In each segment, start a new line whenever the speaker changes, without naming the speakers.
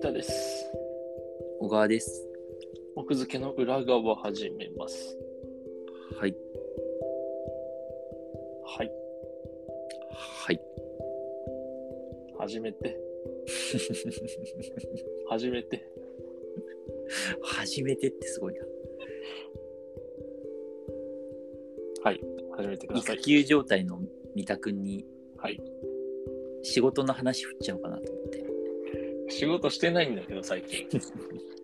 田です。
小川です。
奥付けの裏側始めます。
はい。
はい、
はい。
始めて、始めて。
初めてってすごいな。
はい、始めてください
育。休状態の三田君に
はい、
仕事の話振っちゃおうかなと思って。
仕事してないんだけど、最近。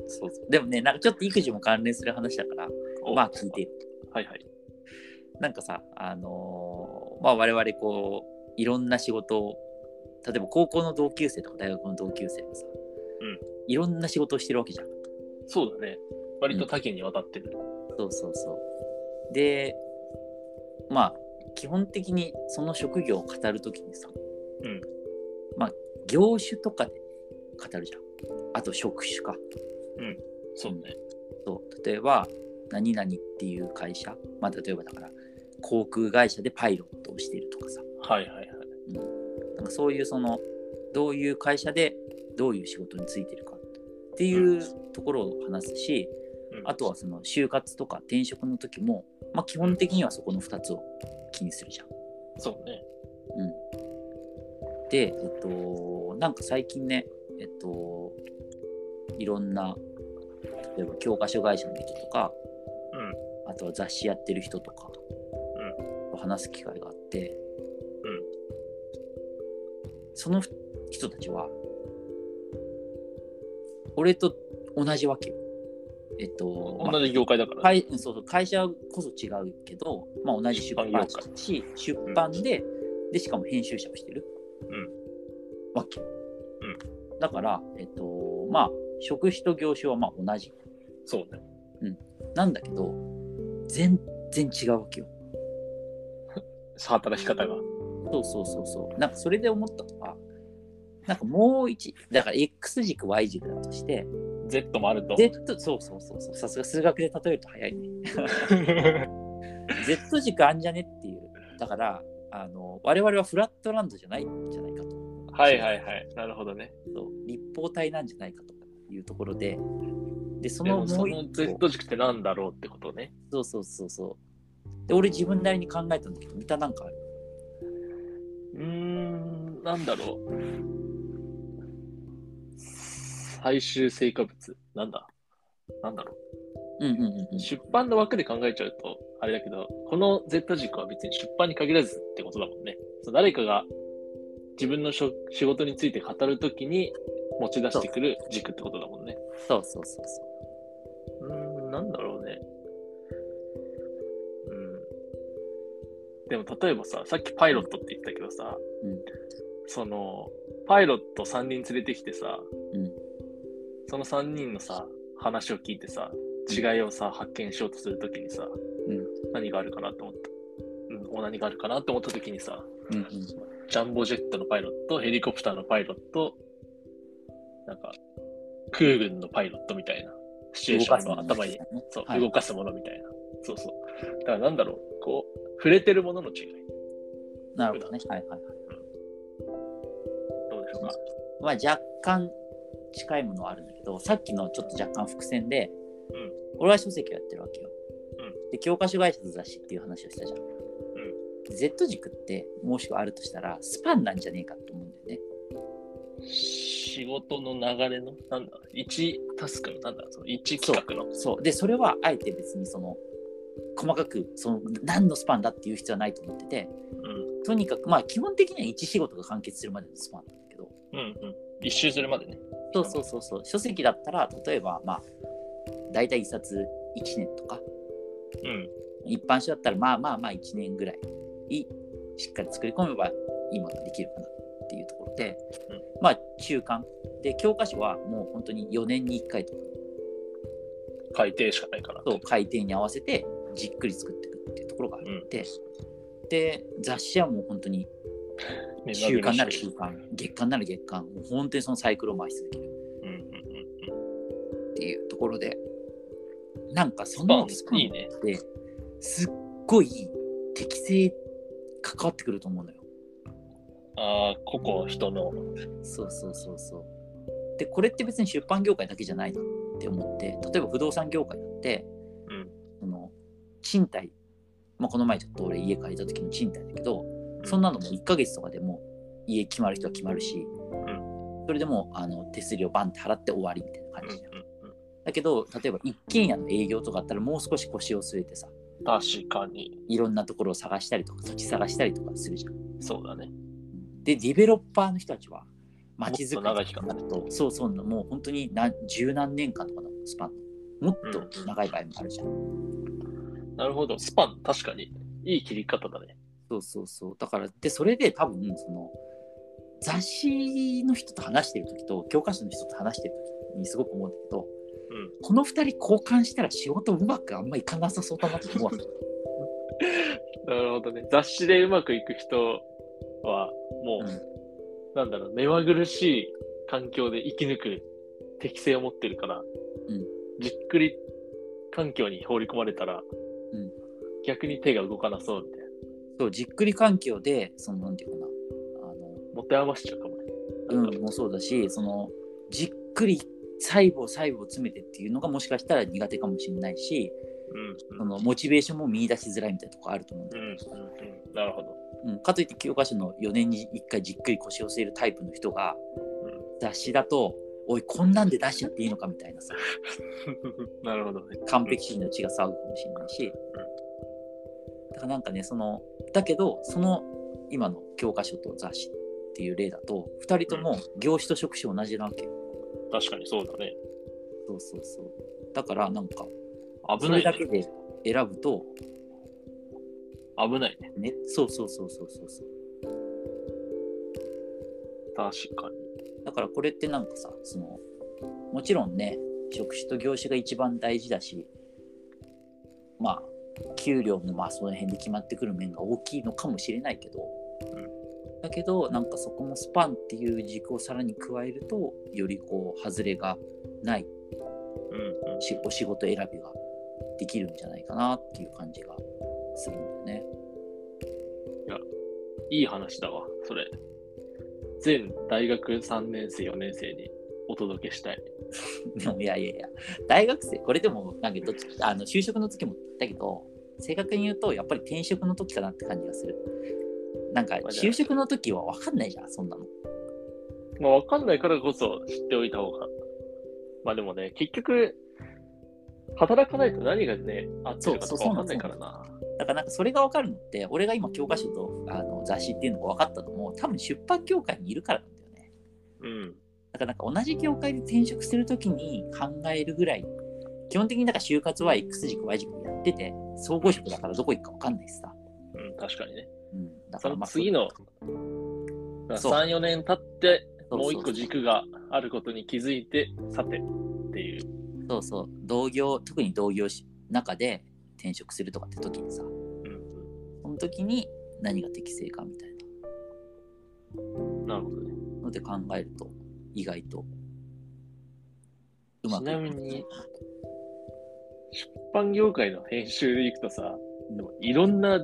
そうそうでもね、なんかちょっと育児も関連する話だから、
お
まあ聞いて。よ。
はいはい。
なんかさ、あのーまあ我々こう、いろんな仕事を、例えば高校の同級生とか大学の同級生がさ、
うん
いろんな仕事をしてるわけじゃん。
そうだね。割と多岐にわたってる。
そうそうそう。で、まあ、基本的にその職業を語るときにさ、
うん
まあ、業種とかで語るじゃん。あと職種か。
そうね。
そう例えば、何々っていう会社、まあ、例えばだから、航空会社でパイロットをしているとかさ、
はいはいはい。
なんかそういうその、どういう会社でどういう仕事についてるかっていうところを話すし、
うん
あとは、その就活とか転職の時も、まあ、基本的にはそこの2つを気にするじゃん。
そうね。
うん、で、えっと、なんか最近ね、えっと、いろんな、例えば教科書会社の人とか、
うん
あとは雑誌やってる人とか、と話す機会があって、
うん
その人たちは、俺と同じわけよ。えっと、まあ
同じ業界だからね。
会そうそう会社こそ違うけど、まあ、同じ出版
出版業
社だし出版で,、でしかも編集者をしてる、
うん
わけ、だから、えっとまあ、職種と業種はまあ同じ
そうね。
なんだけど全然違うわけよ
働き方が。
そうそうそうそうなんかそれで思ったのはなんかもう一だから X 軸 Y 軸だとして
Z もあると。
Z そうそうそうそうさすが数学で例えると早いね Z 軸あんじゃねっていう。だから、あの我々はフラットランドじゃないんじゃないかと。
はいはいはい。なるほどね。
そう立方体なんじゃないかというところで、で、そ
で
の
も
も
そうの
一
Z
個
軸ってなんだろうってことね。
そうそうそうそう。で、俺自分なりに考えたんだけど、見たなんかある。
うーん、なんだろう。最終成果物。なんだなんだろ
うんうんうんうん
う。。出版の枠で考えちゃうと、あれだけど、この Z 軸は別に出版に限らずってことだもんね。そう誰かが自分のしょ仕事について語るときに持ち出してくる軸ってことだもんね。
そうそうそうそう
ーん、なんだろうね。うん。でも例えばさ、さっきパイロットって言ったけどさ、
うん
その、パイロット3人連れてきてさ、
うん
その3人のさ、話を聞いてさ、違いをさ、発見しようとするときにさ、
う
何があるかなと思った。うん、お何があるかなと思ったときにさ、
う。うんうん。
ジャンボジェットのパイロット、ヘリコプターのパイロット、なんか、空軍のパイロットみたいなシチュエーションが頭にそう、
はい
動かすものみたいな。そうそう。だからなんだろう、こう、触れてるものの違い。
なるほどね。はいはいはい。
どうでしょうか。
まあ、若干近いものはあるんだけどさっきのちょっと若干伏線で、
うん
俺は書籍をやってるわけよ、
う
で教科書会社と雑誌っていう話をしたじゃん、Z 軸ってもしくはあるとしたらスパンなんじゃねえかと思うんだよね
仕事の流れの、なんだ、一タスクの、なんだ、その一企画の。
そうでそれはあえて別にその細かくその何のスパンだっていう必要はないと思ってて
うん。
とにかくまあ基本的には一仕事が完結するまでのスパンなんだけど
うんうん。一周するまでね。
そうそうそうそう書籍だったら例えばまあ大体1冊1年とか
うん。
一般書だったらまあまあまあ1年ぐらいしっかり作り込めばいいものができるかなっていうところで、
うん
まあ中間で教科書はもう本当に4年に1回とか
改定しかないから。
と改定に合わせてじっくり作っていくっていうところがあって、で雑誌はもう本当に
目まぐる
週
しい
間なら週間月間なら月間もう本当にそのサイクルを回し続ける
うんうんうん。
っていうところでなんかそ
スパ
の
ン
スパン
いいね
ってすっごい適性関わってくると思うのよ。
ああ、個々人の。
そうそうそうそう。でこれって別に出版業界だけじゃないなって思って例えば不動産業界だって
うん。
その賃貸、まあ、この前ちょっと俺家借りた時の賃貸だけどそんなのも1ヶ月とかでもう家決まる人は決まるし、それでもうあの手数料バンって払って終わりみたいな
う
感
ん。
じ、
うん。
だけど例えば一軒家の営業とかあったらもう少し腰を据えてさ
うん確かに。
いろんなところを探したりとか土地探したりとかするじゃん。
そうだね。
でディベロッパーの人たちは街づ
もっ
くり
と長い期間
だとそうそうもう本当に何十何年間とかのスパンもっと長い場合もあるじゃん。
なるほど。スパン、確かに。いい切り方だね。
そうそうそうだからでそれで多分その雑誌の人と話してる時と教科書の人と話してる時にすごく思うんだけど、
うん
この2人交換したら仕事うまくあんまいかなさそうだなと思われる
なるほどね。雑誌でうまくいく人は、もう、
うん
なんだろう、目まぐるしい環境で生き抜く適性を持ってるから、
うん
じっくり環境に放り込まれたら、
うん
逆に手が動かなそうみたいな。
そうじっくり環境でそのなんていうかなあの
持て余しちゃうかもね。
うん、もそうだしそのじっくり細部を細部を詰めてっていうのがもしかしたら苦手かもしれないし
うん。
そ
うん。
のモチベーションも見出しづらいみたいなとこあると思うんだ
う
よ、
ん。うん。なるほど。
うん、かといって教科書の4年に1回じっくり腰を据えるタイプの人が
うん
雑誌だと「おいこんなんで出しちゃっていいのか」みたいなさ
なるほどね。
完璧主義の血が騒ぐかもしれないしだからなんかねそのだけどその今の教科書と雑誌っていう例だと2人とも業種と職種同じなわけよ
確かにそうだね。
そうそうそう。だからなんか、
危
そ
な
れ
い、
だ
ね
け。で選ぶと、
危ないね。
ね、そうそうそうそうそうそう。
確かに。
だからこれってなんかさ、その、もちろんね、職種と業種が一番大事だし、まあ、給料もまあその辺で決まってくる面が大きいのかもしれないけど、だけどなんかそこもスパンっていう軸をさらに加えるとよりこう外れがない
うん。うん。
しお仕事選びができるんじゃないかなっていう感じがするんだよね。
いい話だわ、それ。全大学3年生、4年生にお届けしたい。
でもいやいやいや大学生これでもなんかどっちあの就職の時も言ったけど正確に言うとやっぱり転職の時かなって感じがするなんか
まあじゃあ
就職の時は分かんないじゃんそんなの
まあ、わかんないからこそ知っておいた方が。まあでもね、結局、働かないと何がね、合ってるかとかわかんないからな。
だからなんかそれが分かるのって俺が今教科書とあの雑誌っていうのが分かったのも多分出版業界にいるからなんだよね
うん。
だからなんか同じ業界で転職する時に考えるぐらい基本的にだから就活は X 軸 Y 軸やってて総合職だからどこ行くか分かんないしさ、
うん、確かにね。
うん、だか
そ
ら
の
まあ
次の、
そう
3、4年経って、
そうそう
もう一個軸があることに気づいて、さてっていう。
そうそう同業特に同業し中で転職するとかって時にさ
う
その時に何が適正かみたい
ん。なるほどね。
なので考えると意外とうま
ち
く
なみに、一般業界の編集で行くとさ、でもいろんな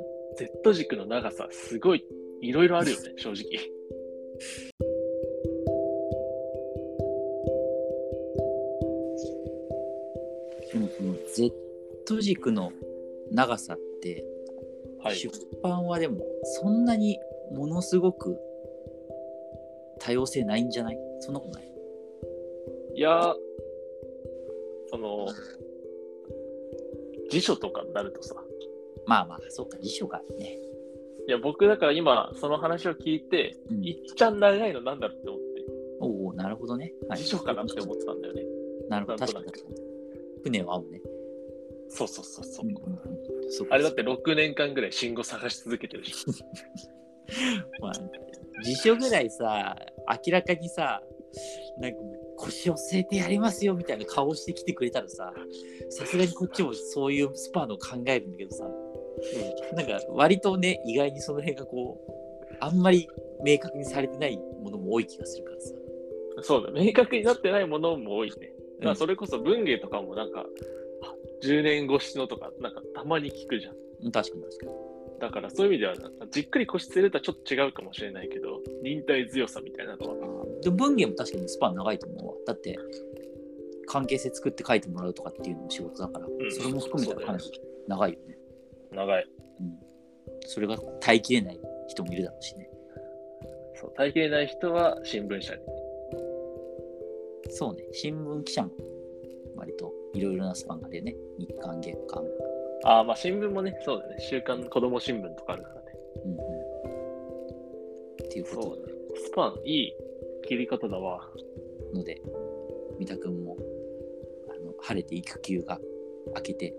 Z 軸の長さ、すごい、いろいろあるよね、正直。
うんうん Z 軸の長さって、
はい。
出版はでもそんなにものすごく多様性ないんじゃないそんなことない
いやー、その、辞書とかになるとさ、
まあまあそうか辞書がね、
いや、僕だから今、その話を聞いて、
うん
いっちゃん長いのなんだろうって思っ
おおなるほどね、は
て、
い
辞書かなって思ったんだよね。
なるほど
なん
確
と
か
な
に
く
確かに船は合うね、
そうそうそうそう
う。んうんうんそうか
あれだって6年間ぐらい信号探し続けてる し。
まあ、辞書ぐらいさ明らかにさなんかもう腰を据えてやりますよみたいな顔してきてくれたらささすがにこっちもそういうスパンを考えるんだけどさなんか割とね意外にその辺がこうあんまり明確にされてないものも多い気がするからさ、
そうだ、明確になってないものも多いね。まあ、それこそ文芸とかもなんか、10年越しのとか、なんかたまに聞くじゃん。
うん確かに確かに
だからそういう意味では、じっくり腰据えるとはちょっと違うかもしれないけど、忍耐強さみたいなのは、
でも文芸も確かにスパン長いと思うわ。だって、関係性作って書いてもらうとかっていうのも仕事だから、
ん
それも含めたらかなり長いよね。
長い。
うん。それが耐えきれない人もいるだろうしね。
そう、耐えきれない人は新聞社に。
そうね、新聞記者も割といろいろなスパンがあるよね。日刊、月刊。
ああ、まあ新聞もね、そうだね、週刊子供新聞とかあるからね。
うんうん。っていうこ
そ
と
うね。スパン、いい切り方だわ。
ので、三田君もあの晴れて育休が明けて、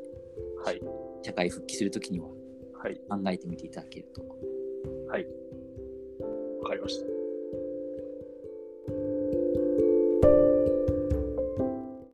はい。
社会復帰するときには
はい。
考えてみていただけると
わかりました。